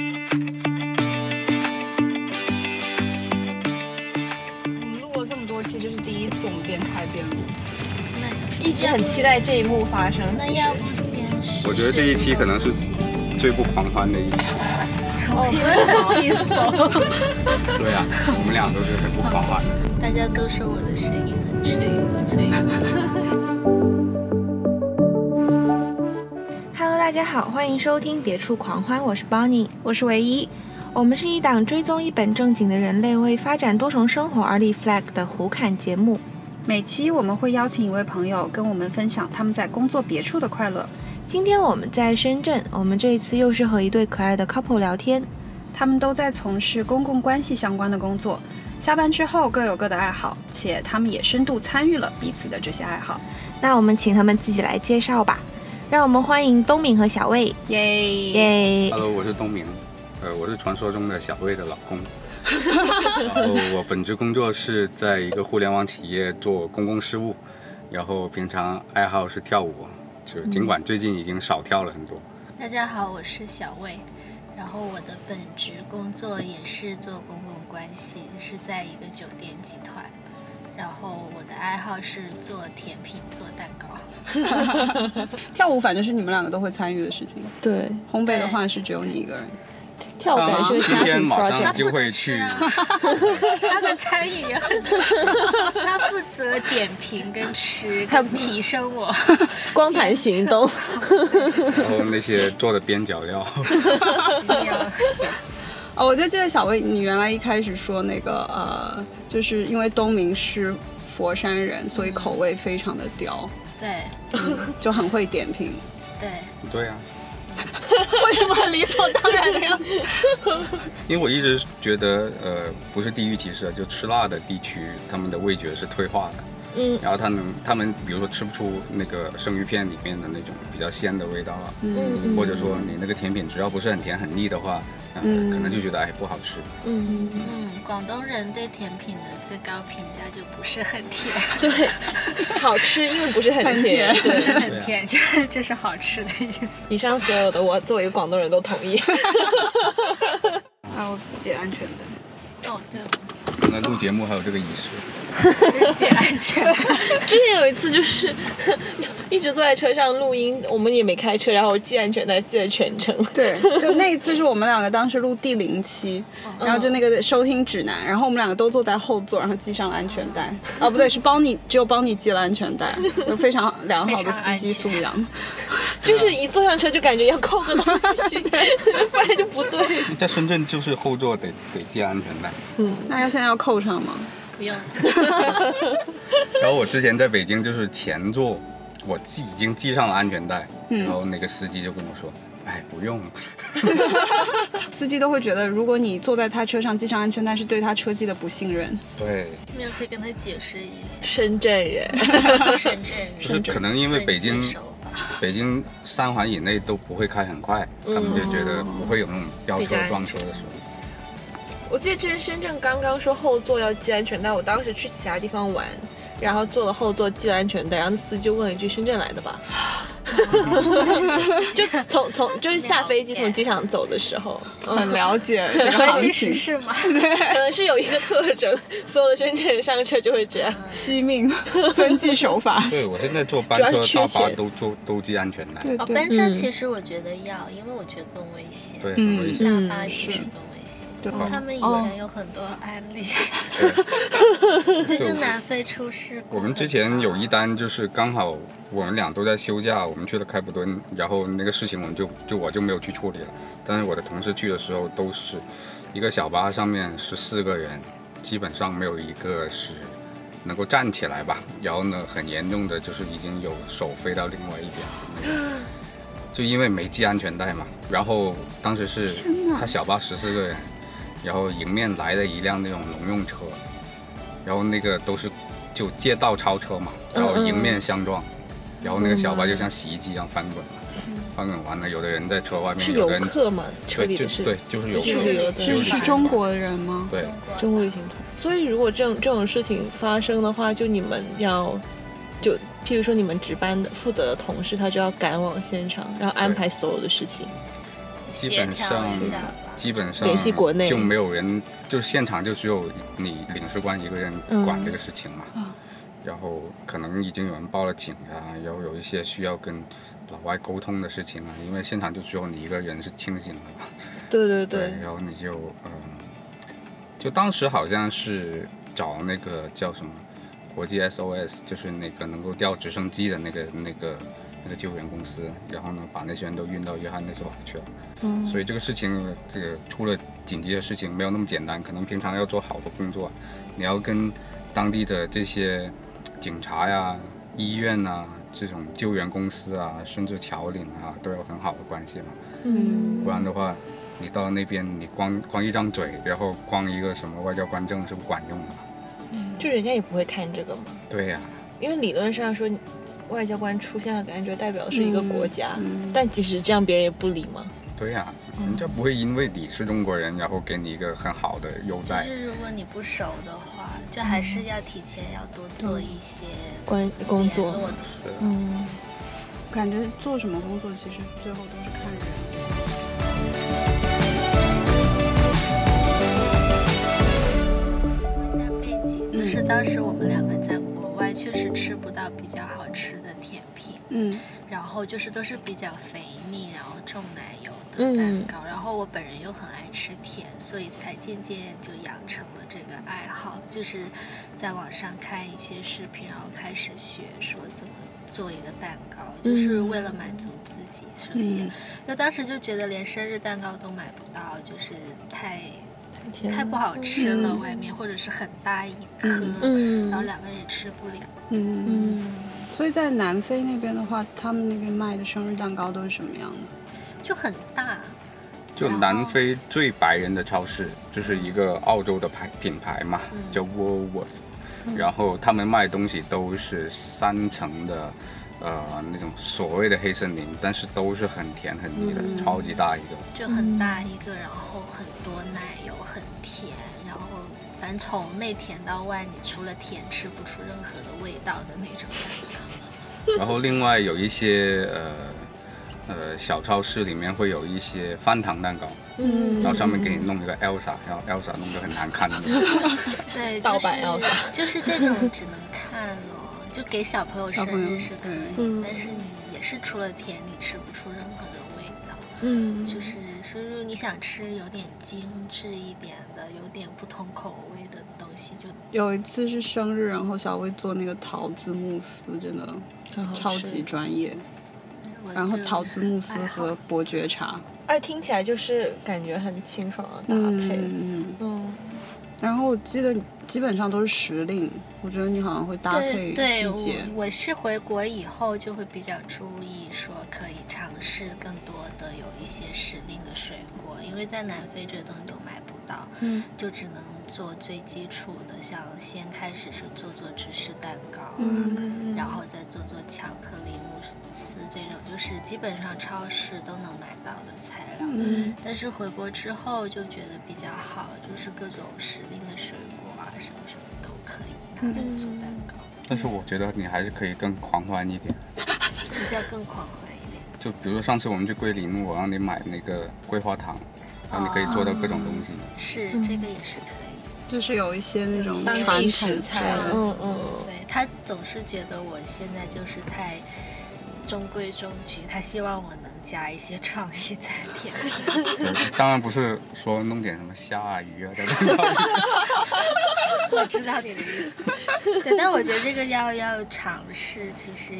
嗯就很期待这一幕发生。那要不先试试我觉得这一期可能是最不狂欢的一期。哦，为什么 peaceful？对呀、我们俩都是很不狂欢的。大家都说我的声音很脆脆。 Hello，大家好，欢迎收听《别处狂欢》，我是 Bonnie，我是唯一。我们是一档追踪一本正经的人类为发展多重生活而立 flag 的胡侃节目。每期我们会邀请一位朋友跟我们分享他们在工作别处的快乐。今天我们在深圳，我们这一次又是和一对可爱的 couple 聊天。他们都在从事公共关系相关的工作，下班之后各有各的爱好，且他们也深度参与了彼此的这些爱好。那我们请他们自己来介绍吧。让我们欢迎东敏和小魏，耶！耶！ Hello，我是东明，呃，我是传说中的小魏的老公。然后我本职工作是在一个互联网企业做公共事务，然后平常爱好是跳舞，就尽管最近已经少跳了很多。大家好，我是小魏，然后我的本职工作也是做公共关系，是在一个酒店集团。然后我的爱好是做甜品、做蛋糕。跳舞反正是你们两个都会参与的事情，对，烘焙的话是只有你一个人。跳舞感觉是啊个今家天庭马 project，上就会去，他啊 他的参与也很多，他负责点评跟吃，跟提升我。 光盘行动。然后那些做的边角料。一定要解决哦，我就记得小魏，你原来一开始说那个呃，就是因为东明是佛山人，所以口味非常的刁， 对就很会点评。对，对呀、 为什么很理所当然的样子？ 因为我一直觉得，呃，不是地域歧视啊，就吃辣的地区，他们的味觉是退化的。嗯，然后他能，他们比如说吃不出那个生鱼片里面的那种比较鲜的味道啊，嗯嗯或者说你那个甜品只要不是很甜很腻的话，呃、嗯可能就觉得哎不好吃。嗯，嗯，广东人对甜品的最高评价就不是很 甜，对，好吃，因为不是很甜。不是很甜，啊就是这是好吃的意思。以上所有的，我作为一个广东人都同 意。啊，我系安全带。哦，对，那录节目还有这个仪式，我解安全带。之前有一次就是 一直坐在车上录音，我们也没开车，然后我系安全带系了全程。 对，就那一次是我们两个当时录第零期，然后就那个收听指南，然后我们两个都坐在后座，然后系上了安全带。啊，不对，是帮你，只有帮你系了安全带，有非常良好的司机素养。就是一坐上车就感觉要扣个东西， 不然就不对。。在深圳就是后座得得系安全带。那要现在要扣上吗？不用，然后我之前在北京就是前座，我系已经系上了安全带，然后那个司机就跟我说，哎不用，司机都会觉得，如果你坐在他车上系上安全带，是对他车技的不信任。对，没有可以跟他解释一下 深圳人，深圳就是人可能因为北京遵纪守法北京三环以内都不会开很快，嗯他们就觉得不会有那种飙比较车安撞车的时候。我记得之前深圳刚刚说后座要系安全带，我当时去其他地方玩，然后坐了后座系了安全带，然后司机就问了一句：“深圳来的吧？” 就从从就是下飞机了解从机场走的时候，很了 解这个关行心时情，事嘛，可能是有一个特征，所有的深圳人上车就会这样。惜命，遵纪守法。对，我现在坐班主车、要是大缺巴钱都都都系安全带， 对哦，对奔车其实我觉得要，因为我觉得更危险。对，嗯很危险。大巴其实更危险。对他们以前有很多案例， 这就南非出事故。哦我们之前有一单，就是刚好我们俩都在休假，我们去了开普敦，然后那个事情我们就就我就没有去处理了。但是我的同事去的时候，都是一个小巴上面十四个人，基本上没有一个是能够站起来吧。然后呢，很严重的就是已经有手飞到另外一边，那个就因为没系安全带嘛。然后当时是他小巴十四个人，然后迎面来了一辆那种农用车，然后那个都是就借道超车嘛，然后迎面相撞，然后那个小巴就像洗衣机一样翻滚了。翻滚完了，有的人在车外面， 是有游的人客嘛处对理就的是对，就是有就是有就是是有是中国人吗？对，中国旅行团。所以如果这种这种事情发生的话，就你们要，就譬如说你们值班的负责的同事，他就要赶往现场，然后安排所有的事情。基协本调上一下吧。基本上联系国内就嗯没有人，就现场就只有你领事官一个人管这个事情嘛。然后可能已经有人报了警啊，然后有一些需要跟老外沟通的事情啊，因为现场就只有你一个人是清醒的嘛，对对对对，，然后你就嗯，就当时好像是找那个叫什么国际 SOS，就是那个能够调直升机的那个那个那个救援公司，然后呢把那些人都运到约翰内斯堡去了。嗯，所以这个事情这个出了紧急的事情没有那么简单，可能平常要做好多工作，你要跟当地的这些警察呀、医院呐、这种救援公司啊，甚至侨领啊，都有很好的关系嘛。嗯，不然的话，你到那边你光光一张嘴，然后光一个什么外交官证是不管用的嘛。就人家也不会看这个嘛，对呀、因为理论上说，外交官出现的感觉代表的是一个国家，嗯但即使这样别人也不理嘛。对呀、嗯人家不会因为你是中国人，然后给你一个很好的优就待。是如果你不熟的话，嗯就还是要提前要多做一些关嗯工联作，络是的嗯，感觉做什么工作其实最后都是看人。一下背景，嗯就是当时我们两个在国外确实吃不到比较好吃的甜品，嗯，然后就是都是比较肥腻，然后重奶油的嗯蛋糕。然后我本人又很爱吃甜，所以才渐渐就养成了这个爱好，就是在网上看一些视频，然后开始学说怎么做一个蛋糕，就是嗯为了满足自己。首先，嗯就当时就觉得连生日蛋糕都买不到，就是太天太不哪，好吃了，嗯外面或者是很大一颗，然后嗯两个人也吃不了。嗯，嗯，所以在南非那边的话，他们那边卖的生日蛋糕都是什么样的？就很大，就南非最白人的超市，就是一个澳洲的牌品牌嘛，嗯叫 Woolworth，然后他们卖东西都是三层的，呃，那种所谓的黑森林，但是都是很甜很腻的，嗯超级大一个。就很大嗯一个，然后很多奶油，很甜，然后反正从内甜到外，你除了甜吃不出任何的味道的那种蛋糕。 然后另外有一些呃呃小超市里面会有一些翻糖蛋糕，嗯然后上面给你弄一个 Elsa，然后 Elsa 弄得很难看的那 种。对，盗版就是就是这种只能看了，就给小朋友小生朋友日是可以，嗯但是你也是除了甜，你吃不出任何的味道。嗯，就是说，如果你想吃有点精致一点的、有点不同口味的东西，就有一次是生日，然后小薇做那个桃子慕斯，真的很好吃超级专业。我然后就桃子慕斯还好和伯爵茶而且听起来就是感觉很清爽的搭配，嗯嗯嗯，然后我记得基本上都是时令，我觉得你好像会搭对配对，季我节。我是回国以后就会比较注意，说可以尝试更多的有一些时令的水果，因为在南非这些东西都买不到，嗯，就只能做最基础的，像先开始是做做芝士蛋糕啊，嗯然后再做做巧克力慕斯这种，就是基本上超市都能买到的材料。嗯但是回国之后就觉得比较好，就是各种时令的水果啊，什么什么都可以拿来做蛋糕，但是我觉得你还是可以更狂欢一点。比较更狂欢一点。就比如说上次我们去桂林，我让你买那个桂花糖，然后你可以做到各种东西。啊是，这个也是可以。就是有一些那种当传统地食材，啊的嗯嗯，对他总是觉得我现在就是太中规中矩，他希望我能加一些创意在甜品。对当然不是说弄点什么虾啊鱼啊在 那个我知道你的意思。 对，但我觉得这个要要尝试，其实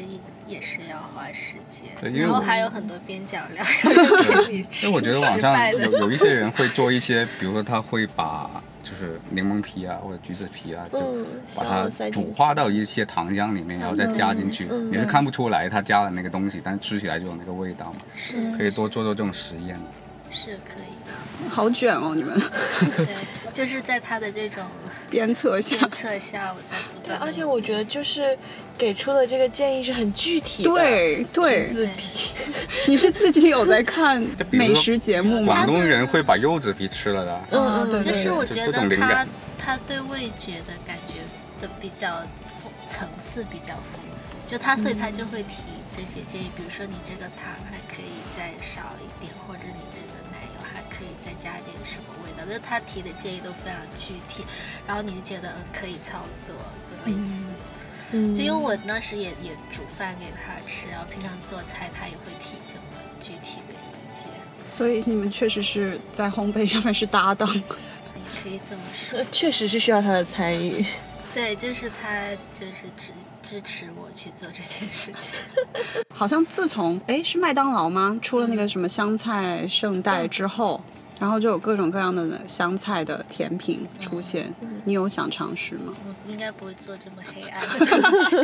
也是要花时间，对因为然后我还有很多边角料要给你吃。因为我觉得网失上败的有有一些人会做一些，比如说他会把就是柠檬皮啊或者橘子皮啊，就嗯把小的它塞进煮去化到一些糖浆里面，然后再加进去，嗯你是看不出来它加了那个东西，但吃起来就有那个味道嘛。是可以多做做这种实验。是可以好卷哦，你们 的，对，就是在他的这种鞭策一下。鞭策下，我在不对，断地。而且我觉得就是给出的这个建议是很具体的，对对，自对你是自己有 在看比如说美食节目吗广？东人会把柚子皮吃了的啊，啊嗯对嗯，就是我就觉这种得灵他感他对味觉的感觉的比较丰层次比较丰富，就他所以他就会提这些建议，比如说你这个糖还可以再少一点，或者你这个奶油还可以再加点什么味道，就是他提的建议都非常具体，然后你就觉得嗯可以操作，就类似。嗯就因为我当时也也煮饭给他吃，然后平常做菜他也会提怎么具体的意见，所以你们确实是在烘焙上面是搭档，也可以这么说。呃确实是需要他的参与。对，就是他就是支支持我去做这件事情。 好像自从哎是麦当劳吗出了那个什么香菜圣代之后，然后就有各种各样的香菜的甜品出现，你有想尝试吗？我应该不会做这么黑暗的东西。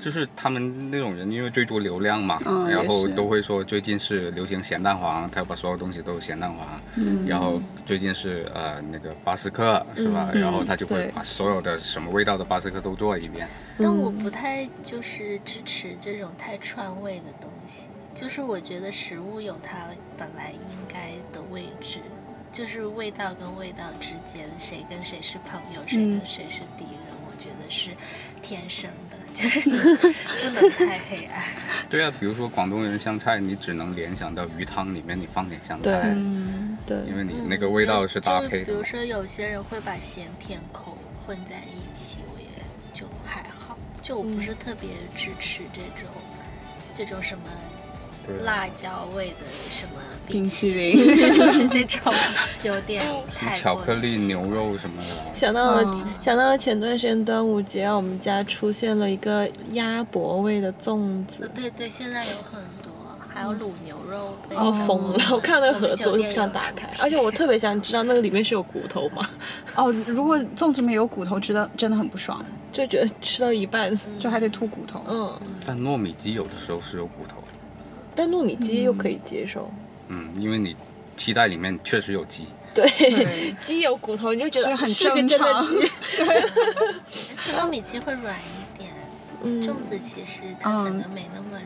就是他们那种人，因为追逐流量嘛，嗯然后也是都会说最近是流行咸蛋黄，他把所有东西都咸蛋黄，嗯然后最近是呃那个巴斯克是吧？嗯然后他就会对把所有的什么味道的巴斯克都做一遍。但我不太就是支持这种太串味的东西，就是我觉得食物有它本来应该的位置，就是味道跟味道之间，谁跟谁是朋友，谁跟谁是敌人，我觉得是天生的， 就是你不能太黑暗。对啊，比如说广东人香菜，你只能联想到鱼汤里面你放点香对菜，嗯， 对，因为你那个味道是搭嗯就配比的嘛如。说有些人会把咸甜口混在一起，我也就还好，就我不是特别支持这种、这种什么对辣椒味的什么冰冰淇淋。淇淋，就是这种有点什么太巧过克力激牛肉什么的， 想到了、嗯想到了前段时间端午节啊，我们家出现了一个鸭脖味的粽呃子，对对，现在有很多，还有卤牛肉被哦，疯了！我看到们盒子酒我就店不想有打出开，而且我特别想知道那个里面是有骨头吗？ 哦，如果粽子里面有骨头，真的真的很不爽，就觉得吃到一半，就还得吐骨头。嗯，但糯米鸡有的时候是有骨头的，但糯米鸡又可以接受，嗯，因为你期待里面确实有鸡。对对，鸡有骨头你就觉得是很是个正真的常鸡，而且糯米鸡会软一点， 嗯哦粽子其实它整个没那么软，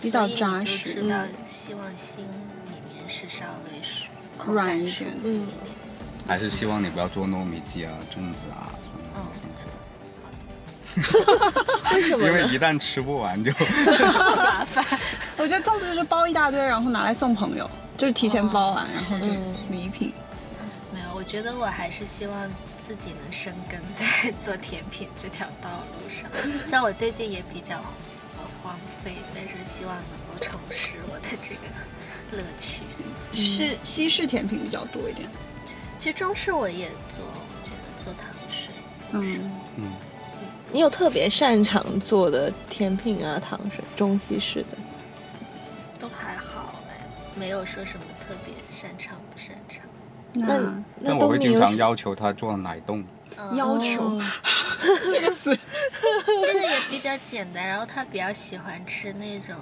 比所较以你就扎实知道嗯希望心里面是稍微是口软感一舒点服嗯还是希望你不要做糯米鸡啊、粽子啊什嗯么的为什东西，么因为呢？一旦吃不完就 我觉得粽子就是包一大堆，然后拿来送朋友，就是提前包完，然后就是礼品。没有，我觉得我还是希望自己能生根在做甜品这条道路上。像我最近也比较呃荒废，但是希望能够重拾我的这个乐趣。是西式甜品比较多一点。其实中式我也做，我觉得做糖水。嗯，你有特别擅长做的甜品啊、糖水、中西式的？都还好哎，没有说什么特别擅长不擅 长。嗯那那但都我会没经有常要求他做奶冻，嗯要求哦这个也比较简单，然后他比较喜欢吃那种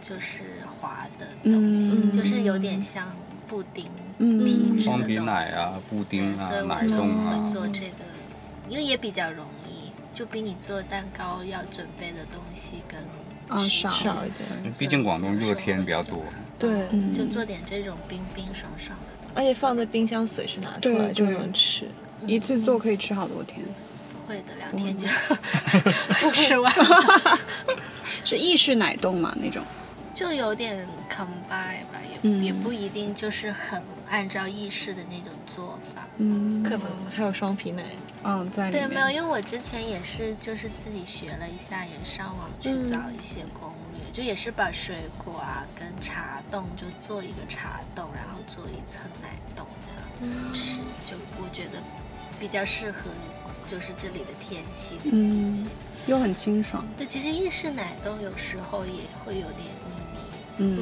就是滑的东西，嗯就是有点像布丁嗯体质的双东西皮奶啊、布丁对所啊、以奶我就冻啊会，做这个，因为也比较容易，就比你做蛋糕要准备的东西跟啊少少一点，毕竟广东热天比较多。对，嗯就做点这种冰冰爽爽的东而且放在冰箱随时拿出对来就对能吃。一次做可以吃好多天，西，不会的，两天就吃完了，是意式奶冻嘛那种。 就有点 combine 吧，也、嗯也不一定就是很按照意式的那种做法。嗯可能还有双皮奶，嗯，在里对，面。没有，因为我之前也是就是自己学了一下，也上网嗯去找一些攻略，就也是把水果啊跟茶冻就做一个茶冻，然后做一层奶冻那嗯样吃，就我觉得比较适合就是这里的天气嗯跟季节。又很清爽。对，其实意式奶冻有时候也会有点腻腻，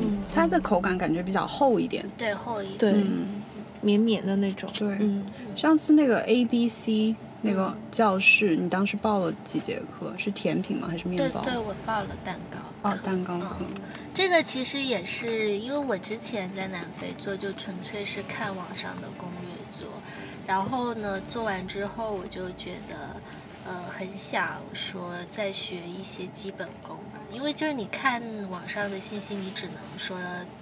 嗯，它的口感感觉比较厚一点。对厚一对点。嗯，绵绵的那种。对。嗯，上次那个 A B C 那个教室，你当时报了几节课？是甜品吗？还是对面包？对，我报了蛋糕。哦，蛋糕课。这个其实也是因为我之前在南非做，就纯粹是看网上的攻略做，然后呢做完之后我就觉得，呃，很想说再学一些基本功吧，因为就是你看网上的信息，你只能说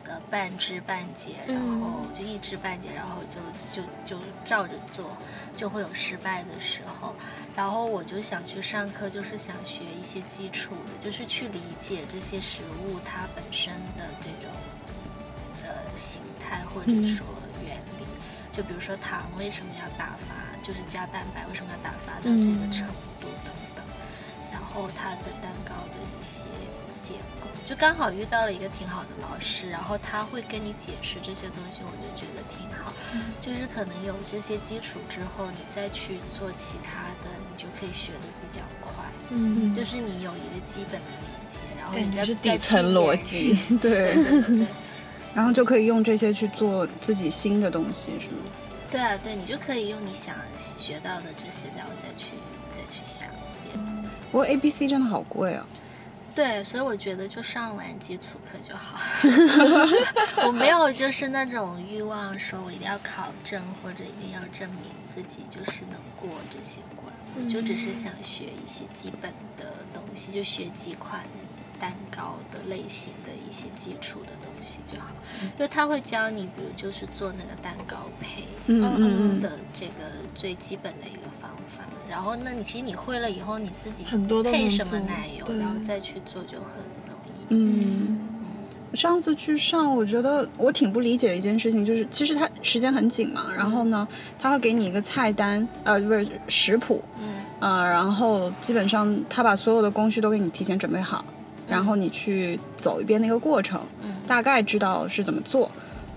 呃半知半解，然嗯后就一知半解，然后就就就照着做，就会有失败的时候。然后我就想去上课，就是想学一些基础的，就是去理解这些食物它本身的这种呃形态或者说原理。就比如说糖为什么要打发，就是加蛋白为什么要打发到这个程度等等。然后后它的蛋糕的一些结构，就刚好遇到了一个挺好的老师，然后他会跟你解释这些东西，我就觉得挺好。就是可能有这些基础之后，你再去做其他的，你就可以学的比较快。嗯，就是你有一个基本的理解，然后感你觉再是再底去层逻演辑 示。对，对对对然后就可以用这些去做自己新的东西，是吗？对啊，对你就可以用你想学到的这些，然后再去再去想别的。不过 A B C 真的好贵啊！对，所以我觉得就上完基础课就好。我没有就是那种欲望，说我一定要考证或者一定要证明自己就是能过这些关，我就只是想学一些基本的东西，就学几款蛋糕的类型的一些基础的东西就好。因为他会教你，比如就是做那个蛋糕胚，嗯嗯嗯，的这个最基本的一个方法。然后呢，你其实你会了以后，你自己很多都配能什么做奶油，对然后再去做就很容易。嗯，上次去上，我觉得我挺不理解的一件事情，就是其实它时间很紧嘛，然后呢，他会给你一个菜单，呃，不是食谱，嗯呃，然后基本上他把所有的工序都给你提前准备好，然后你去走一遍那个过程，嗯大概知道是怎么做。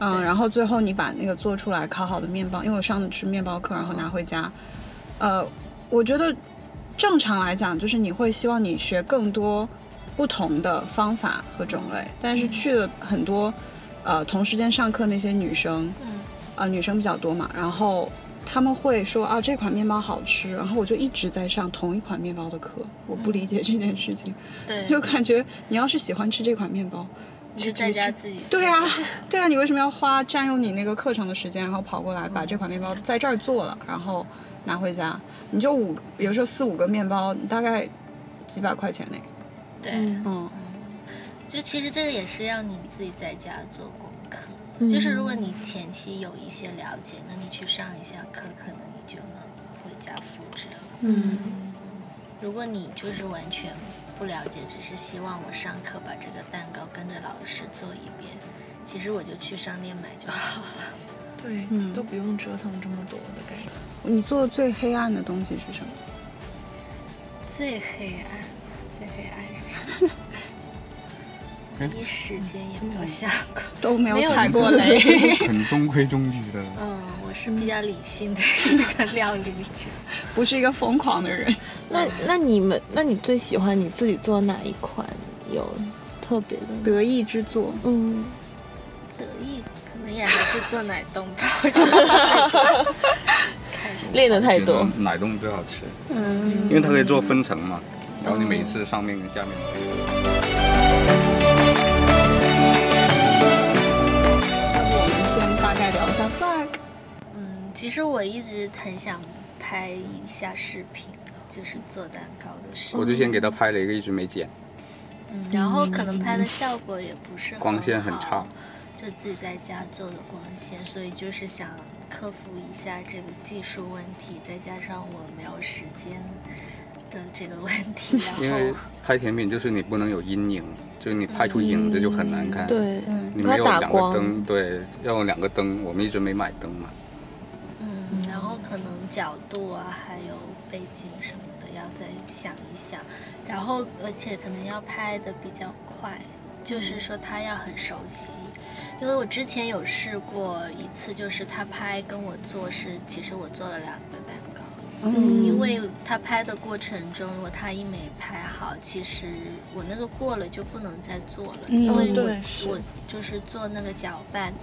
嗯，对然后最后你把那个做出来烤好的面包，因为我上的是面包课，然后拿回家。呃，我觉得正常来讲，就是你会希望你学更多不同的方法和种类，但是去了很多呃同时间上课那些女生，嗯啊、女生比较多嘛，然后他们会说啊这款面包好吃，然后我就一直在上同一款面包的课，我不理解这件事情，对，就感觉你要是喜欢吃这款面包，你就在家自己做对就啊好了，对啊，你为什么要花占用你那个课程的时间，然后跑过来把这款面包在这儿做了，然后拿回家？你就五，有时候四五个面包，你大概几百块钱呢。对，嗯就其实这个也是让你自己在家做功课。嗯就是如果你前期有一些了解，那你去上一下课，可能你就能回家复制了。嗯如果你就是完全不了解，只是希望我上课把这个蛋糕跟着老师做一遍，其实我就去商店买就好了。对，嗯都不用折腾这么多的感觉。你做的最黑暗的东西是什么？最黑暗，最黑暗是什嗯么？一时间也没有想过。都没没有有踩意嗯过 雷。很中规中矩的。嗯，我是比较理性的一个料理者。不是一个疯狂的人。那那你们，那你最喜欢你自己做哪一款？有特别的吗？得意之作，嗯，得意，可能也还是做奶冻吧。 我觉得练的太觉多得。奶冻最好吃，嗯，因为它可以做分层嘛，嗯然后你每一次上面跟下面可以。我们先大概聊一下 flag。嗯，其实我一直很想拍一下视频，就是做蛋糕的视频。我之前给他拍了一个，一直没剪，嗯，然后可能拍的效果也不是光线很好差，就自己在家做的光线，所以就是想克服一下这个技术问题，再加上我没有时间的这个问题， 因然为后拍甜品就是你不能有阴影，就是你拍出影子就很难看。，对，嗯，你没有它打两个光灯，对，要有两个灯，我们一直没买灯嘛。嗯，然后可能角度啊，还有背景什么的要再想一想，然后而且可能要拍的比较快，就是说他要很熟悉，因为我之前有试过一次，就是他拍跟我做是，其实我做了两个蛋糕，嗯因为他拍的过程中，如果他一没拍好，其实我那个过了就不能再做了，嗯因为哦我、对是我就是做那个搅拌，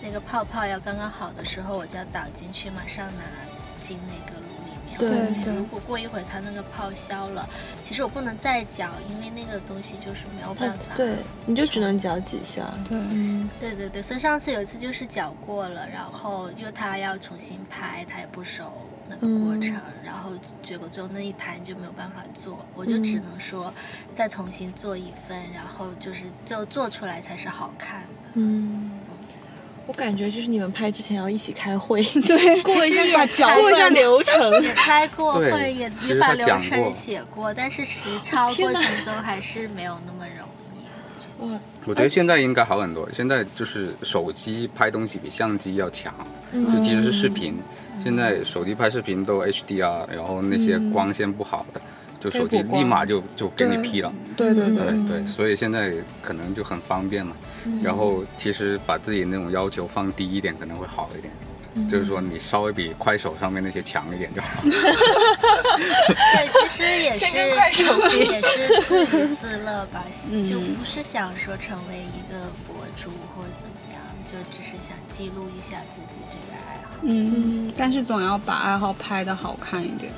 那个泡泡要刚刚好的时候，我就要倒进去，马上拿进那个炉里面。对我对如果过一会儿它那个泡消了，其实我不能再搅，因为那个东西就是没有它办法。呃对，你就只能搅几下。嗯对，对对对，所以上次有一次就是搅过了，然后就他要重新拍，他也不熟那个过程，嗯然后结果最后那一盘就没有办法做，我就只能说再重新做一份，然后就是就做出来才是好看的。嗯，我感觉就是你们拍之前要一起开 会，对，过一其下实也脚过一下本流程。也开过嗯 对会，也其也实把他流讲程过写过，但是 实操过程中还是没有那么容易。我觉得哇，我觉得现在应该好很多，现在就是手机拍东西比相机要强，就即使是视频，现在手机拍视频都 HDR，然后那些光线不好的，就可以手机补光立马就就给你批了。对对对，对对，所以现在可能就很方便嘛。然后其实把自己那种要求放低一点，可能会好一点。就是说，你稍微比快手上面那些强一点就好。对，哎其实也是先跟快手比也是自娱自乐吧，嗯就不是想说成为一个博主或怎么样，就只是想记录一下自己这个爱好，嗯，但是总要把爱好拍的好看一点。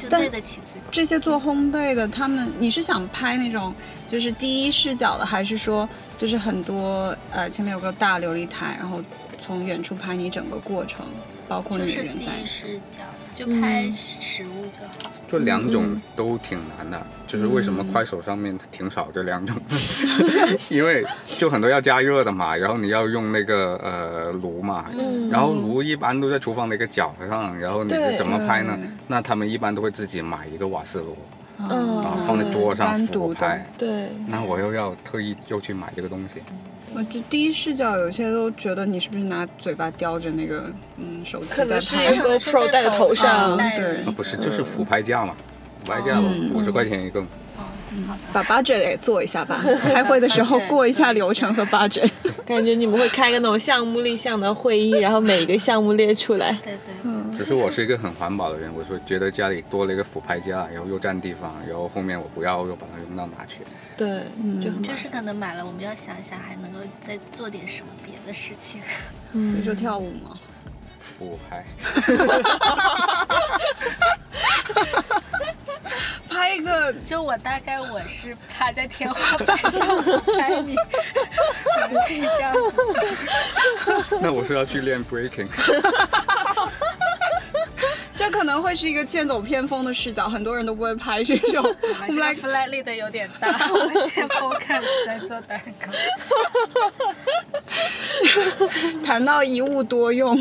就但对得起自己。这些做烘焙的，他们你是想拍那种就是第一视角的，还是说就是很多呃前面有个大琉璃台，然后从远处拍你整个过程，包括就你是人第在一视角，就拍食物就好。就两嗯种都挺难的，就是为什么快手上面挺少这两种， 因为就很多要加热的嘛，然后你要用那个呃炉嘛，嗯 然后炉一般都在厨房的一个角上，然后你是对怎么拍呢嗯？那他们一般都会自己买一个瓦斯炉啊嗯，放在桌上单俯独的拍。对，那我又要特意又去买这个东西，我就第一视角有些都觉得你是不是拿嘴巴叼着那个嗯手机可在能是 拍一，个 Pro 戴在头上，戴对了一啊个不是就是俯拍架嘛，俯拍架嗯五十块钱一个嘛，把 budget 也做一下吧，开会的时 候过一下流程和 budget。感觉你们会开个那种项目立项的会议，然后每一个项目列出来。对对对，只是我是一个很环保的人，我说觉得家里多了一个俯拍架，然后又占地方，然后后面我不要又把它用到哪去？对，就很就是可能买了，我们要想想还能够再做点什么别的事情。 你说跳舞吗？俯拍， 拍一个就我大概我是趴在天花板上拍你， 你可以这样子。那我是要去练 breaking， 这可能会是一个剑走偏锋的视角，很多人都不会拍这种。 我我们们来来 flag 立的有点 大，我们先 focus 在做蛋糕。谈到一物多用，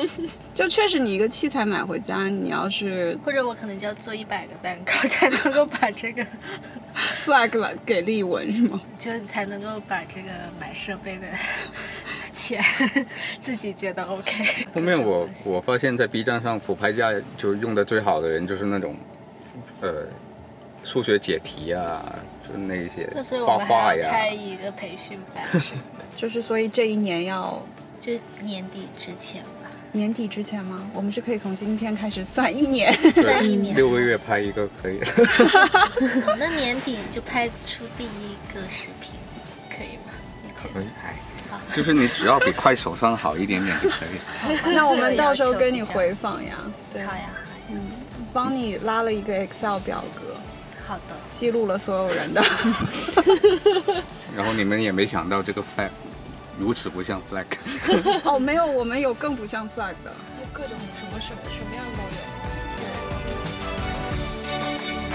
就确实你一个器材买回家，你要是或者我可能就要做一百个蛋糕才能够把这个， flag 了给立文是吗？就才能够把这个买设备的钱 自己觉得 OK。后面我我发现，在 B 站上俯拍架就用的最好的人就是那种，呃，数学解题啊，就那一些那所以我画们画还要呀，开一个培训 班，是吗就是所以这一年要就年底之前吧，年底之前吗？我们是可以从今天开始算一 年。算一年。六个月拍一个可以。我们年底就拍出第一个视频，可以吗？你觉得？哎， 就是你只要比快手上好一点点就可以。那我们到时候要求跟比你较回访呀，好呀，帮你拉了一个 Excel 表格，好的，记录了所有人的。 然后你们也没想到这个 flag 如此不像 flag，哦，没有，我们有更不像 flag 的。各种什么什么什么样都有。谢谢。